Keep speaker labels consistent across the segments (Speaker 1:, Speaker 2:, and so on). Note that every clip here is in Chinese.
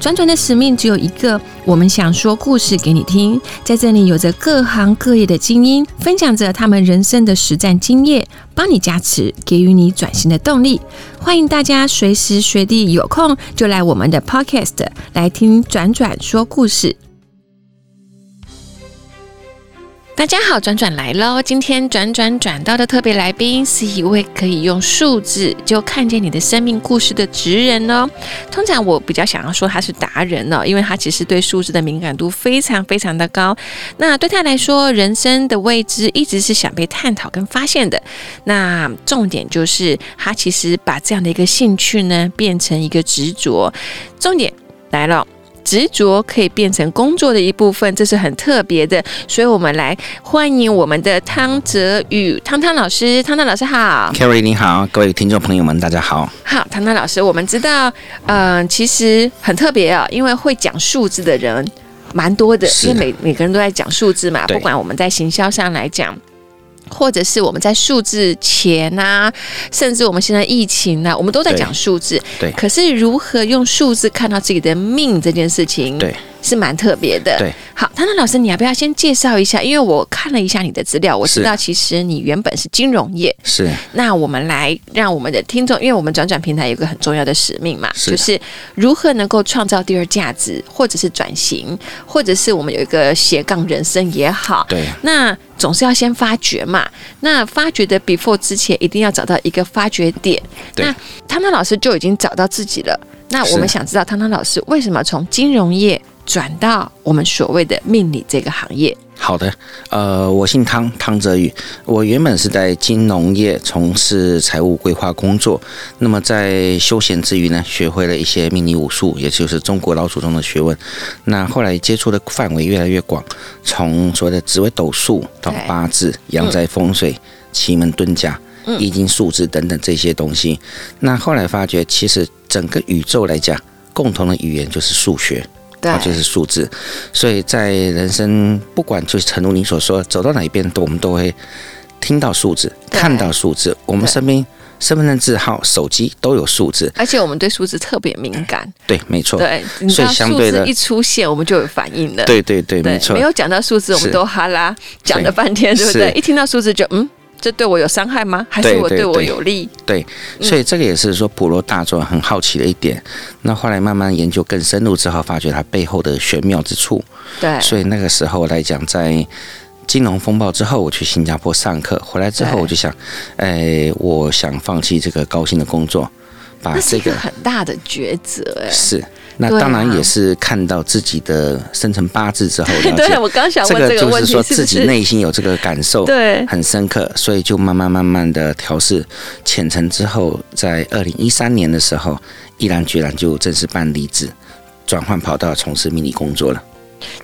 Speaker 1: 转转的使命只有一个，我们想说故事给你听。在这里，有着各行各业的精英，分享着他们人生的实战经验，帮你加持，给予你转型的动力。欢迎大家随时随地有空就来我们的 Podcast 来听转转说故事。大家好，转转来喽！今天转转转到的特别来宾是一位可以用数字就看见你的生命故事的职人哦。通常我比较想要说他是达人哦，因为他其实对数字的敏感度非常非常的高。那对他来说，人生的未知一直是想被探讨跟发现的。那重点就是他其实把这样的一个兴趣呢，变成一个执着。重点来了。执着可以变成工作的一部分，这是很特别的，所以我们来欢迎我们的汤泽宇汤汤老师。汤汤老师好，
Speaker 2: Kerry 你好，各位听众朋友们，大家好。
Speaker 1: 好，唐唐老师，我们知道，嗯、其实很特别啊、因为会讲数字的人蛮多的，
Speaker 2: 是
Speaker 1: 因为每每个人都在讲数字嘛，
Speaker 2: 对
Speaker 1: 不管我们在行销上来讲。或者是我们在数字前啊，甚至我们现在疫情啊，我们都在
Speaker 2: 对
Speaker 1: 讲数字。
Speaker 2: 对
Speaker 1: 可是如何用数字看到自己的命这件事情，
Speaker 2: 对，
Speaker 1: 是蛮特别的。
Speaker 2: 对。
Speaker 1: 好，唐唐老师，你要不要先介绍一下？因为我看了一下你的资料，我知
Speaker 2: 是
Speaker 1: 道其实你原本是金融业，
Speaker 2: 是
Speaker 1: 那我们来让我们的听众，因为我们转转平台有一个很重要的使命嘛，
Speaker 2: 是
Speaker 1: 就
Speaker 2: 的
Speaker 1: 是如何能够创造第二价值，或者是转型，或者是我们有一个斜杠人生也好。
Speaker 2: 对，
Speaker 1: 那总是要先发掘嘛。那发掘的 before 之前，一定要找到一个发掘点。
Speaker 2: 对
Speaker 1: 那汤汤老师就已经找到自己了。那我们
Speaker 2: 是
Speaker 1: 想知道汤汤老师为什么从金融业转到我们所谓的命理这个行业？
Speaker 2: 好的。呃，我姓汤，汤泽宇。我原本是在金融业从事财务规划工作，那么在休闲之余呢，学会了一些命理武术，也就是中国老祖宗的学问。那后来接触的范围越来越广，从所谓的紫微斗数到
Speaker 1: 对
Speaker 2: 八字、阳宅风水、奇门遁甲。易经、数字等等这些东西，那后来发觉，其实整个宇宙来讲，共同的语言就是数学。
Speaker 1: 对，
Speaker 2: 啊，就是数字。所以在人生，不管就是诚如你所说，走到哪一边都我们都会听到数字，
Speaker 1: 对
Speaker 2: 看到数字。我们
Speaker 1: 对
Speaker 2: 身边身份证字号、手机都有数字，
Speaker 1: 而且我们对数字特别敏感。
Speaker 2: 对，没错，
Speaker 1: 对，你知道
Speaker 2: 哦所以相
Speaker 1: 数
Speaker 2: 对
Speaker 1: 字
Speaker 2: 的
Speaker 1: 一出现，我们就有反应了。
Speaker 2: 对对对，
Speaker 1: 对，
Speaker 2: 没错
Speaker 1: 没，有讲到数字，我们
Speaker 2: 是
Speaker 1: 都哈啦讲了半天，对不对？
Speaker 2: 是
Speaker 1: 一听到数字就嗯，这对我有伤害吗？还是
Speaker 2: 对
Speaker 1: 我
Speaker 2: 对
Speaker 1: 对我
Speaker 2: 对
Speaker 1: 有利？
Speaker 2: 对。
Speaker 1: 嗯
Speaker 2: 所以这个也是说普罗大众很好奇的一点。那后来慢慢研究更深入之后，发觉它背后的玄妙之处。
Speaker 1: 对，
Speaker 2: 所以那个时候来讲，在金融风暴之后，我去新加坡上课，回来之后
Speaker 1: 对
Speaker 2: 我就想，哎，我想放弃这个高薪的工作，把
Speaker 1: 那是
Speaker 2: 啊这
Speaker 1: 一个
Speaker 2: 个
Speaker 1: 很大的抉择，哎。
Speaker 2: 是。那
Speaker 1: 对啊
Speaker 2: 当然也是看到自己的生辰八字 之后了
Speaker 1: 对，
Speaker 2: 解，
Speaker 1: 我刚想
Speaker 2: 啊这
Speaker 1: 问这
Speaker 2: 个
Speaker 1: 个
Speaker 2: 就
Speaker 1: 问
Speaker 2: 是
Speaker 1: 题，
Speaker 2: 说
Speaker 1: 是
Speaker 2: 自
Speaker 1: 不
Speaker 2: 己
Speaker 1: 是？
Speaker 2: 内心有这个感受，
Speaker 1: 对，
Speaker 2: 很深刻，所以就慢慢慢慢的调试浅层之后，在二零一三年的时候，毅然决然就正式办离职，转换跑道从事迷你工作了。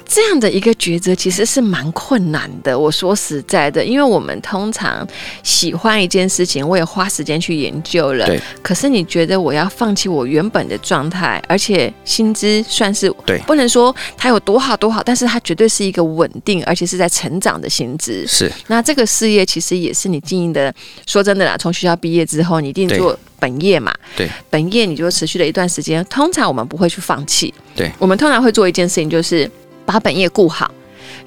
Speaker 1: 这样的一个抉择其实是蛮困难的。我说实在的，因为我们通常喜欢一件事情，我也花时间去研究了。
Speaker 2: 对。
Speaker 1: 可是你觉得我要放弃我原本的状态，而且薪资算是
Speaker 2: 对
Speaker 1: 不能说它有多好多好，但是它绝对是一个稳定，而且是在成长的薪资。
Speaker 2: 是
Speaker 1: 那这个事业其实也是你经营的。说真的啦，从学校毕业之后，你一定
Speaker 2: 对
Speaker 1: 做本业嘛。
Speaker 2: 对，
Speaker 1: 本业你就持续了一段时间。通常我们不会去放弃。
Speaker 2: 对，
Speaker 1: 我们通常会做一件事情，就是把本业顾好。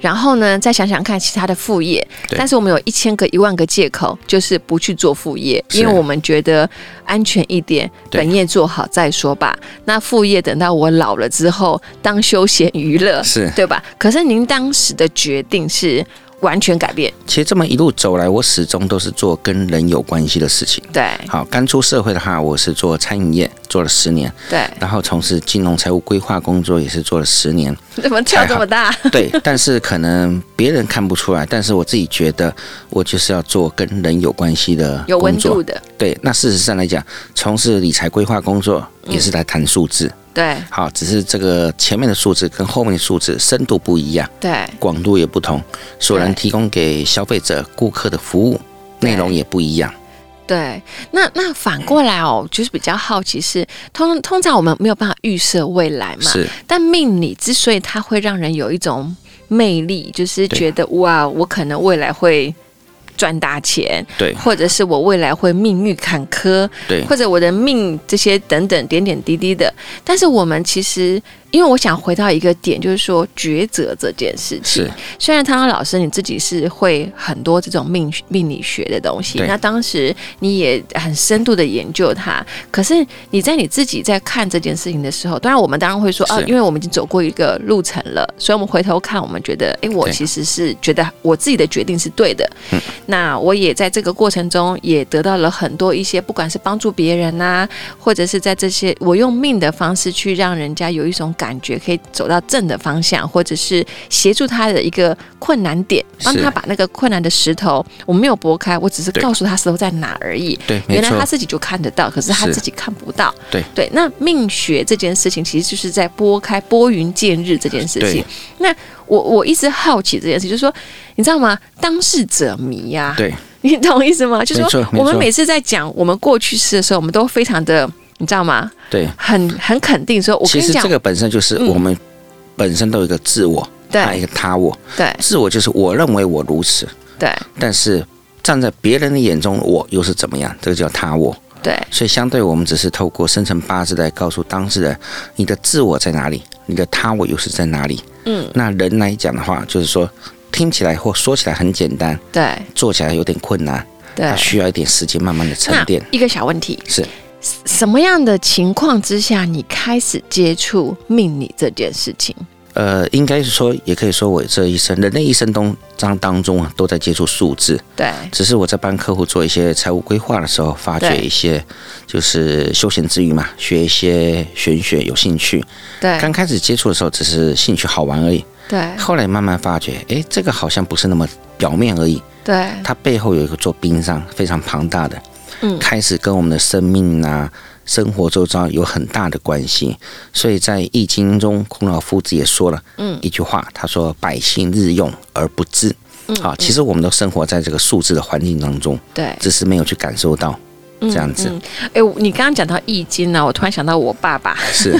Speaker 1: 然后呢，再想想看其他的副业，
Speaker 2: 对
Speaker 1: 但是我们有一千个、一万个借口，就是不去做副业，
Speaker 2: 是
Speaker 1: 因为我们觉得安全一点，
Speaker 2: 对
Speaker 1: 本业做好再说吧。那副业等到我老了之后当休闲娱乐，
Speaker 2: 是，
Speaker 1: 对吧？可是您当时的决定是完全改变，
Speaker 2: 其实这么一路走来，我始终都是做跟人有关系的事情。
Speaker 1: 对
Speaker 2: 好，刚出社会的话，我是做餐饮业，做了十年，
Speaker 1: 对，
Speaker 2: 然后从事金融财务规划工作也是做了十年。
Speaker 1: 怎么跳这么大？
Speaker 2: 对，但是可能别人看不出来，但是我自己觉得，我就是要做跟人有关系的
Speaker 1: 有温
Speaker 2: 工
Speaker 1: 度
Speaker 2: 作。
Speaker 1: 的，
Speaker 2: 对，那事实上来讲，从事理财规划工作也是来谈数字。
Speaker 1: 对
Speaker 2: 好，只是这个前面的数字跟后面的数字深度不一样。
Speaker 1: 对
Speaker 2: 广度也不同，所能
Speaker 1: 对
Speaker 2: 提供给消费者、顾客的服务内容也不一样。
Speaker 1: 对，那那反过来哦，就是比较好奇是，通通常我们没有办法预设未来嘛，
Speaker 2: 是
Speaker 1: 但命理之所以它会让人有一种魅力，就是
Speaker 2: 对
Speaker 1: 觉得哇，我可能未来会赚大钱，
Speaker 2: 对
Speaker 1: 或者是我未来会命运坎坷，
Speaker 2: 对
Speaker 1: 或者我的命这些等等点点滴滴的。但是我们其实，因为我想回到一个点，就是说抉择这件事情
Speaker 2: 是。
Speaker 1: 虽然汤汤老师你自己是会很多这种命命理学的东西，
Speaker 2: 对
Speaker 1: 那当时你也很深度的研究它，可是你在你自己在看这件事情的时候，当然我们当然会说，啊，
Speaker 2: 是
Speaker 1: 因为我们已经走过一个路程了，所以我们回头看，我们觉得，诶，我
Speaker 2: 对
Speaker 1: 其实是觉得我自己的决定是对的。那我也在这个过程中也得到了很多一些，不管是帮助别人呐、或者是在这些我用命的方式去让人家有一种感觉，可以走到正的方向，或者是协助他的一个困难点，帮
Speaker 2: 是
Speaker 1: 他把那个困难的石头，我没有拨开，我只是
Speaker 2: 对
Speaker 1: 告诉他石头在哪而已。
Speaker 2: 对，没
Speaker 1: 原来
Speaker 2: 错
Speaker 1: 他，自己就看得到，可是他
Speaker 2: 是
Speaker 1: 自己看不到。
Speaker 2: 对
Speaker 1: 对，那命学这件事情，其实就是在拨开拨云见日这件事情
Speaker 2: 对。
Speaker 1: 那我我一直好奇这件事，就是说，你知道吗？当事者迷啊呀、
Speaker 2: 对
Speaker 1: 你懂我意思吗？就是
Speaker 2: 没错
Speaker 1: 说
Speaker 2: 没，错
Speaker 1: 我们每次在讲我们过去式的时候，我们都非常的，你知道吗？
Speaker 2: 对。
Speaker 1: 很很肯定说，我
Speaker 2: 其
Speaker 1: 跟你
Speaker 2: 实
Speaker 1: 讲，
Speaker 2: 这个本身就是
Speaker 1: 嗯
Speaker 2: 我们本身都有一个自我，还
Speaker 1: 对
Speaker 2: 有一个他我。
Speaker 1: 对
Speaker 2: 自我就是我认为我如此，
Speaker 1: 对
Speaker 2: 但是站在别人的眼中我又是怎么样，这个叫他我。
Speaker 1: 对，
Speaker 2: 所以相对我们只是透过生辰八字来告诉当事人，你的自我在哪里，你的他我又是在哪里。
Speaker 1: 嗯，
Speaker 2: 那人来讲的话，就是说听起来或说起来很简单，
Speaker 1: 对
Speaker 2: 做起来有点困难，
Speaker 1: 对
Speaker 2: 它。需要一点时间慢慢的沉
Speaker 1: 那
Speaker 2: 淀。
Speaker 1: 一个小问题，
Speaker 2: 是
Speaker 1: 什么样的情况之下你开始接触命理这件事情？
Speaker 2: 呃，应该是说，也可以说我这一生，人类一生当当当中啊，都在接触数字。
Speaker 1: 对
Speaker 2: 只是我在帮客户做一些财务规划的时候，发掘
Speaker 1: 对
Speaker 2: 一些就是休闲之余嘛，学一些玄学，有兴趣。
Speaker 1: 对嗯
Speaker 2: 刚开始接触的时候，只是兴趣好玩而已。
Speaker 1: 对
Speaker 2: 后来慢慢发觉，诶，这个好像不是那么表面而已，
Speaker 1: 对，
Speaker 2: 它背后有一个做冰山非常庞大的，
Speaker 1: 嗯
Speaker 2: 开始跟我们的生命啊、生活周遭有很大的关系。所以在《易经》中，孔老夫子也说了，
Speaker 1: 嗯
Speaker 2: 一句话，他说：“百姓日用而不知。”
Speaker 1: 嗯
Speaker 2: 啊，其实我们都生活在这个数字的环境当中，
Speaker 1: 对，
Speaker 2: 只是没有去感受到。
Speaker 1: 这
Speaker 2: 样子
Speaker 1: 哎、你刚刚讲到易经啊呢、我突然想到我爸爸，
Speaker 2: 是，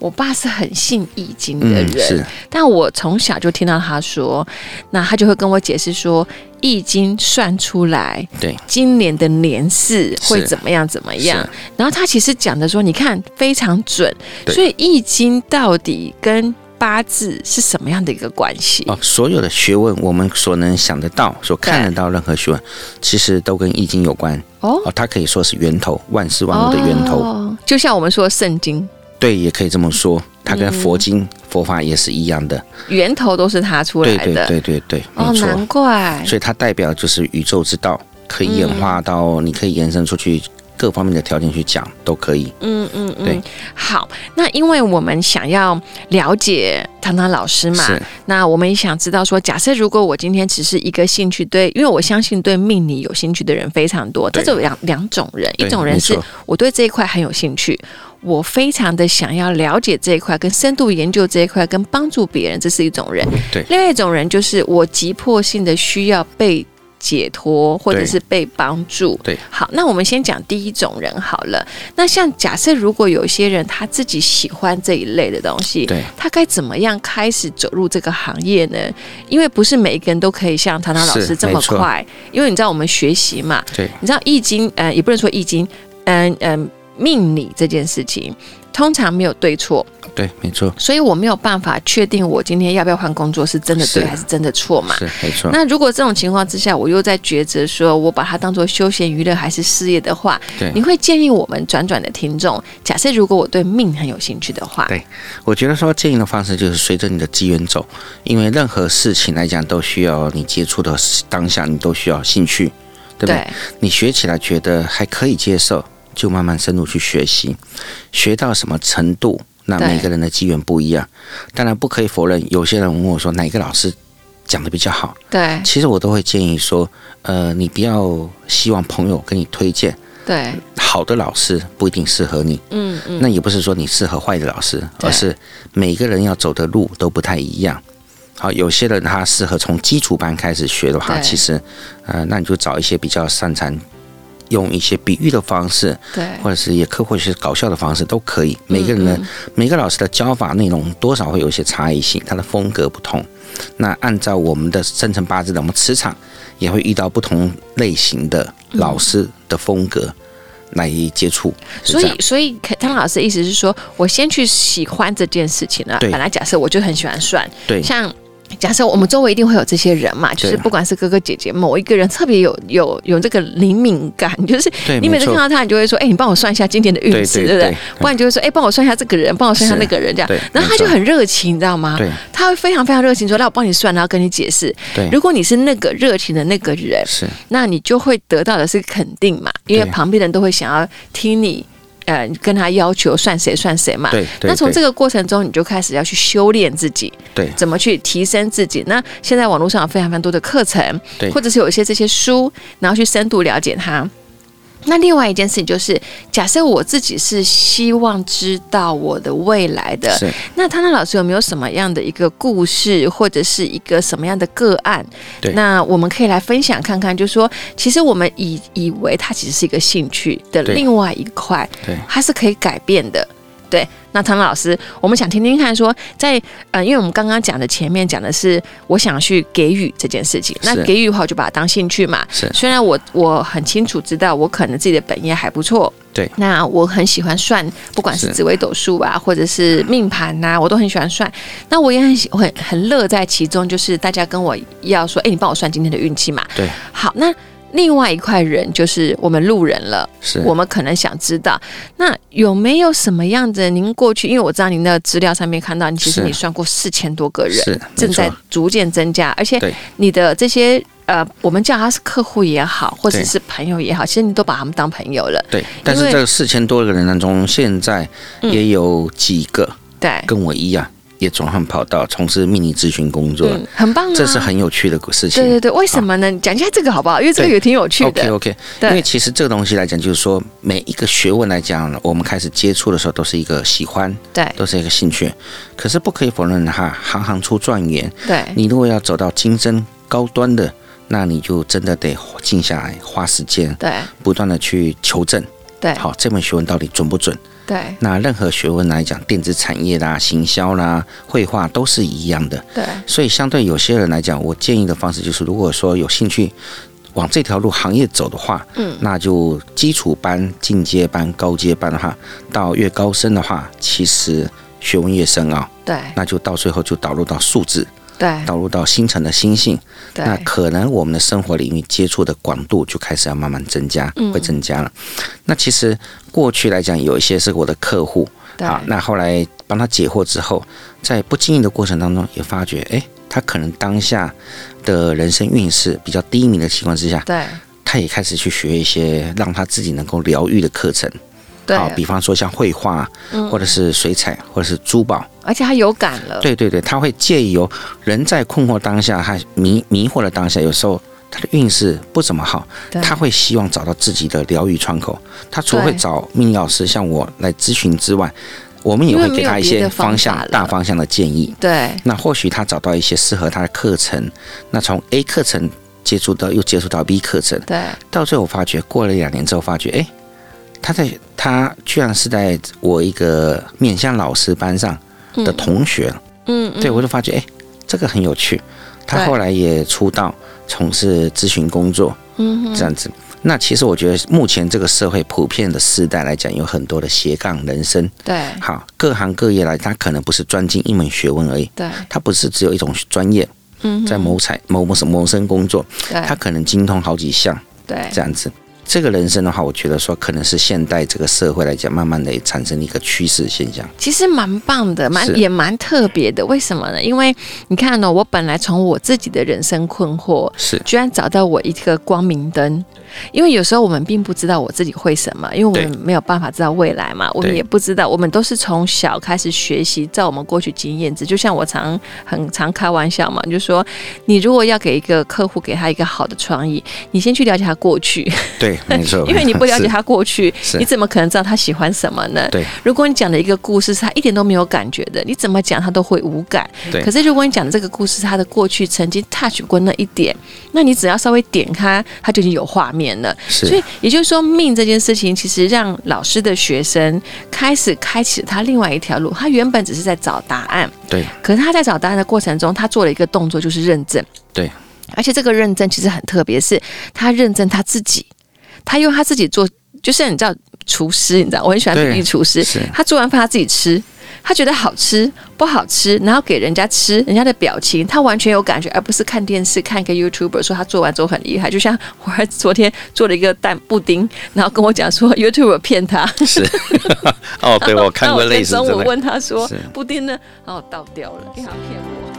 Speaker 1: 我爸是很信易经的
Speaker 2: 嗯
Speaker 1: 人，，
Speaker 2: 是，
Speaker 1: 但我从小就听到他说，那他就会跟我解释说，《易经》算出来
Speaker 2: 对，
Speaker 1: 今年的年事
Speaker 2: 是
Speaker 1: 会怎么样怎么样
Speaker 2: 是。
Speaker 1: 然后他其实讲的说，你看非常准，
Speaker 2: 对
Speaker 1: 所以《易经》到底跟八字是什么样的一个关系？
Speaker 2: 哦，所有的学问，我们所能想得到、所看得到任何学问，其实都跟易经有关。
Speaker 1: 哦，
Speaker 2: 哦，它可以说是源头，万事万物的源头。
Speaker 1: 哦就像我们说圣经
Speaker 2: 对，也可以这么说，它跟佛经、佛法也是一样的。
Speaker 1: 源头都是他出嗯来
Speaker 2: 对
Speaker 1: 的，
Speaker 2: 对对对对，
Speaker 1: 哦
Speaker 2: 没，错。
Speaker 1: 难怪，
Speaker 2: 所以它代表就是宇宙之道，可以演化到，
Speaker 1: 嗯
Speaker 2: 你可以延伸出去各方面的条件去讲都可以。
Speaker 1: 嗯嗯嗯
Speaker 2: 对，
Speaker 1: 好，那因为我们想要了解唐唐老师嘛，
Speaker 2: 是
Speaker 1: 那我们也想知道说，假设如果我今天只是一个兴趣对，因为我相信对命理有兴趣的人非常多，
Speaker 2: 对
Speaker 1: 这种两两种人，一
Speaker 2: 对
Speaker 1: 种人
Speaker 2: 没
Speaker 1: 是
Speaker 2: 错
Speaker 1: 我对这一块很有兴趣，我非常的想要了解这一块，跟深度研究这一块，跟帮助别人，这是一种人；
Speaker 2: 对
Speaker 1: 另外一种人就是我急迫性的需要被。解脱或者
Speaker 2: 对
Speaker 1: 是被帮助，
Speaker 2: 对
Speaker 1: 好，那我们先讲第一种人好了。那像假设如果有一些人他自己喜欢这一类的东西，
Speaker 2: 对。
Speaker 1: 他该怎么样开始走入这个行业呢？因为不是每一个人都可以像唐唐老
Speaker 2: 是
Speaker 1: 师这么
Speaker 2: 没错
Speaker 1: 快，因为你知道我们学习嘛，
Speaker 2: 对，
Speaker 1: 你知道易经，呃，也不能说易经，嗯、嗯、命理这件事情。通常没有对错，
Speaker 2: 对，没错，
Speaker 1: 所以我没有办法确定我今天要不要换工作是真的对
Speaker 2: 是
Speaker 1: 还是真的错嘛。
Speaker 2: 是没错。
Speaker 1: 那如果这种情况之下，我又在抉择，说我把它当做休闲娱乐还是事业的话，
Speaker 2: 对
Speaker 1: 你会建议我们转转的听众，假设如果我对命很有兴趣的话，
Speaker 2: 对我觉得说建议的方式就是随着你的机缘走，因为任何事情来讲都需要你接触的当下，你都需要兴趣，对不对？
Speaker 1: 对
Speaker 2: 你学起来觉得还可以接受，就慢慢深入去学习，学到什么程度，那
Speaker 1: 对
Speaker 2: 每个人的机缘不一样。当然不可以否认，有些人问我说哪个老师讲的比较好，
Speaker 1: 对
Speaker 2: 其实我都会建议说，呃，你不要希望朋友跟你推荐。
Speaker 1: 对，
Speaker 2: 好的老师不一定适合你，
Speaker 1: 嗯嗯。
Speaker 2: 那也不是说你适合坏的老师，
Speaker 1: 对
Speaker 2: 而是每个人要走的路都不太一样。好，有些人他适合从基础班开始学的话，
Speaker 1: 对
Speaker 2: 其实，呃，那你就找一些比较擅长用一些比喻的方式，
Speaker 1: 对，
Speaker 2: 或者是也可或者是搞笑的方式都可以。
Speaker 1: 嗯
Speaker 2: 每个人呢，每个老师的教法内容多少会有一些差异性，他的风格不同。那按照我们的生辰八字的我们磁场，也会遇到不同类型的老师的风格来接触。是
Speaker 1: 所
Speaker 2: 这样
Speaker 1: 以，所以可汤老师的意思是说，我先去喜欢这件事情了。啊
Speaker 2: 对
Speaker 1: 本来假设我就很喜欢算，
Speaker 2: 对
Speaker 1: 像假设我们周围一定会有这些人嘛，就是
Speaker 2: 对
Speaker 1: 不管是哥哥姐姐，某一个人特别有有有这个灵敏感，就是
Speaker 2: 对
Speaker 1: 你
Speaker 2: 没
Speaker 1: 每次
Speaker 2: 错
Speaker 1: 看到他，你就会说，哎、你帮我算一下今天的运
Speaker 2: 对
Speaker 1: 势，
Speaker 2: 对
Speaker 1: 不对
Speaker 2: 对？啊
Speaker 1: 不然你就会说，哎、帮我算一下这个人，帮我算一下那个人，这样
Speaker 2: 对。
Speaker 1: 然后他
Speaker 2: 没
Speaker 1: 就
Speaker 2: 错
Speaker 1: 很热情，你知道吗？
Speaker 2: 对
Speaker 1: 他会非常非常热情，说，那我帮你算，然后跟你解释。
Speaker 2: 对
Speaker 1: 如果你是那个热情的那个人，
Speaker 2: 是
Speaker 1: 那你就会得到的是肯定嘛，因为
Speaker 2: 对
Speaker 1: 旁边人都会想要听你，呃，跟他要求算谁算谁嘛。
Speaker 2: 对对
Speaker 1: 那从
Speaker 2: 对
Speaker 1: 这个过程中，你就开始要去修炼自己，
Speaker 2: 对
Speaker 1: 怎么去提升自己。那现在网络上有非常非常多的课程，
Speaker 2: 对
Speaker 1: 或者是有一些这些书，然后去深度了解它。那另外一件事情就是，假设我自己是希望知道我的未来的，
Speaker 2: 是。
Speaker 1: 那汤汤老师有没有什么样的一个故事，或者是一个什么样的个案？
Speaker 2: 对
Speaker 1: 那我们可以来分享看看，就是说，其实我们以以为它其实是一个兴趣的
Speaker 2: 对
Speaker 1: 另外一块，
Speaker 2: 对
Speaker 1: 它是可以改变的。对，那汤老师，我们想听听看说在呃，因为我们刚刚讲的前面讲的是呃我想去给予这件事情，那
Speaker 2: 是
Speaker 1: 给予的话我就把它当兴趣嘛。
Speaker 2: 是
Speaker 1: 虽然我我很清楚知道我可能自己的本业还不错，
Speaker 2: 对
Speaker 1: 那我很喜欢算，不管是
Speaker 2: 是
Speaker 1: 紫微斗数啊，或者是命盘呐、我都很喜欢算。那我也很喜很很乐在其中，就是大家跟我要说，哎、你帮我算今天的运气嘛。
Speaker 2: 对，
Speaker 1: 好，那另外一块人就是我们路人了。
Speaker 2: 是
Speaker 1: 我们可能想知道，那有没有什么样子？您过去，因为我知道您的资料上面看到，你其实
Speaker 2: 是
Speaker 1: 你算过四千多个人，
Speaker 2: 是没
Speaker 1: 正在
Speaker 2: 错
Speaker 1: 逐渐增加，而且
Speaker 2: 对
Speaker 1: 你的这些呃，我们叫他是客户也好，或者
Speaker 2: 对
Speaker 1: 是朋友也好，其实你都把他们当朋友了，
Speaker 2: 对，但是
Speaker 1: 因为嗯
Speaker 2: 这四千多个人当中，现在也有几个
Speaker 1: 对，
Speaker 2: 跟我一样，也转换跑道，从事命理咨询工作，
Speaker 1: 嗯，很棒啊，
Speaker 2: 这是很有趣的事情。
Speaker 1: 对对对，为什么呢？你讲一下这个好不好？因为这个
Speaker 2: 对
Speaker 1: 也挺有趣
Speaker 2: OK
Speaker 1: 的，
Speaker 2: OK，
Speaker 1: 对
Speaker 2: 因为其实这个东西来讲，就是说每一个学问来讲，我们开始接触的时候都是一个喜欢，
Speaker 1: 对
Speaker 2: 都是一个兴趣。可是不可以否认哈，行行出状元。
Speaker 1: 对
Speaker 2: 你如果要走到精深高端的，那你就真的得静下来，花时间，
Speaker 1: 对
Speaker 2: 不断的去求证，
Speaker 1: 对
Speaker 2: 好这门学问到底准不准？
Speaker 1: 对
Speaker 2: 那任何学问来讲，电子产业啦、行销啦、绘画都是一样的。
Speaker 1: 对
Speaker 2: 所以相对有些人来讲，我建议的方式就是，如果说有兴趣往这条路行业走的话，嗯，那就基础班、进阶班、高阶班的话，到越高深的话，其实学问越深奥，
Speaker 1: 对
Speaker 2: 那就到最后就导入到数字，
Speaker 1: 对
Speaker 2: 导入到星辰的星性，那
Speaker 1: 对
Speaker 2: 可能我们的生活领域接触的广度就开始要慢慢增加，
Speaker 1: 嗯
Speaker 2: 会增加了。那其实过去来讲，有一些是我的客户，
Speaker 1: 对
Speaker 2: 好，那后来帮他解惑之后，在不经意的过程当中，也发觉，诶，他可能当下的人生运势比较低迷的情况之下，
Speaker 1: 对
Speaker 2: 他也开始去学一些让他自己能够疗愈的课程，好，
Speaker 1: 对，嗯
Speaker 2: 比方说像绘画，或者是水彩，或者是珠宝，
Speaker 1: 而且他有感了，
Speaker 2: 对对对，他会借由人在困惑当下，他迷迷惑的当下，有时候他的运势不怎么好，
Speaker 1: 对
Speaker 2: 他会希望找到自己的疗愈窗口。他除了会
Speaker 1: 对
Speaker 2: 找命理老师像我来咨询之外，我们也
Speaker 1: 因为
Speaker 2: 会给
Speaker 1: 没有
Speaker 2: 他一
Speaker 1: 别的
Speaker 2: 些
Speaker 1: 方
Speaker 2: 方向
Speaker 1: 法了
Speaker 2: 大方向的建议。
Speaker 1: 对
Speaker 2: 那或许他找到一些适合他的课程，那从 A 课程接触到又接触到 B 课程，
Speaker 1: 对
Speaker 2: 到最后我发觉，过了两年之后发觉，哎，他在他居然是在我一个面向老师班上的同学，
Speaker 1: 嗯嗯
Speaker 2: 对，我就发觉，哎，这个很有趣。他
Speaker 1: 对
Speaker 2: 后来也出道，从事咨询工作，
Speaker 1: 嗯哼
Speaker 2: 这样子。那其实我觉得，目前这个社会普遍的世代来讲，有很多的斜杠人生。
Speaker 1: 对
Speaker 2: 好，各行各业来，他可能不是专精一门学问而已，
Speaker 1: 对
Speaker 2: 他不是只有一种专业，
Speaker 1: 嗯
Speaker 2: 在谋财谋谋谋生工作，
Speaker 1: 对
Speaker 2: 他可能精通好几项
Speaker 1: 对
Speaker 2: 这样子。这个人生的话，我觉得说可能是现代这个社会来讲，慢慢的产生一个趋势现象。
Speaker 1: 其实蛮棒的，蛮
Speaker 2: 是
Speaker 1: 也蛮特别的。为什么呢？因为你看呢、我本来从我自己的人生困惑，
Speaker 2: 是
Speaker 1: 居然找到我一个光明灯。因为有时候我们并不知道我自己会什么，因为我们
Speaker 2: 对
Speaker 1: 没有办法知道未来嘛，我们
Speaker 2: 对
Speaker 1: 也不知道，我们都是从小开始学习，照我们过去经验值。就像我常很常开玩笑嘛，就说你如果要给一个客户给他一个好的创意，你先去了解他过去，，
Speaker 2: 对对，没错
Speaker 1: 因为你不了解他过去，
Speaker 2: 是
Speaker 1: 你怎么可能知道他喜欢什么呢？
Speaker 2: 对
Speaker 1: 如果你讲的一个故事是他一点都没有感觉的，你怎么讲他都会无感。
Speaker 2: 对
Speaker 1: 可是如果你讲的这个故事是他的过去曾经 touch 过那一点，那你只要稍微点他，他就已经有画面了。
Speaker 2: 是
Speaker 1: 所以也就是说，命这件事情其实让老师的学生开始开启了他另外一条路。他原本只是在找答案，
Speaker 2: 对
Speaker 1: 可是他在找答案的过程中，他做了一个动作，就是认证。
Speaker 2: 对
Speaker 1: 而且这个认证其实很特别，是他认证他自己，他用他自己做，就是你知道厨师，你知道我很喜欢
Speaker 2: 对
Speaker 1: 比喻厨师
Speaker 2: 是，
Speaker 1: 他做完饭他自己吃。他觉得好吃不好吃，然后给人家吃，人家的表情他完全有感觉，而不是看电视看个 YouTuber 说他做完之后很厉害。就像我儿子昨天做了一个蛋布丁，然后跟我讲说 YouTuber 骗他。
Speaker 2: 是。 哦，对，我看过类似
Speaker 1: 那我
Speaker 2: 这
Speaker 1: 中午
Speaker 2: 个。
Speaker 1: 问他说
Speaker 2: 是
Speaker 1: 布丁呢？哦，倒掉了，你好骗我。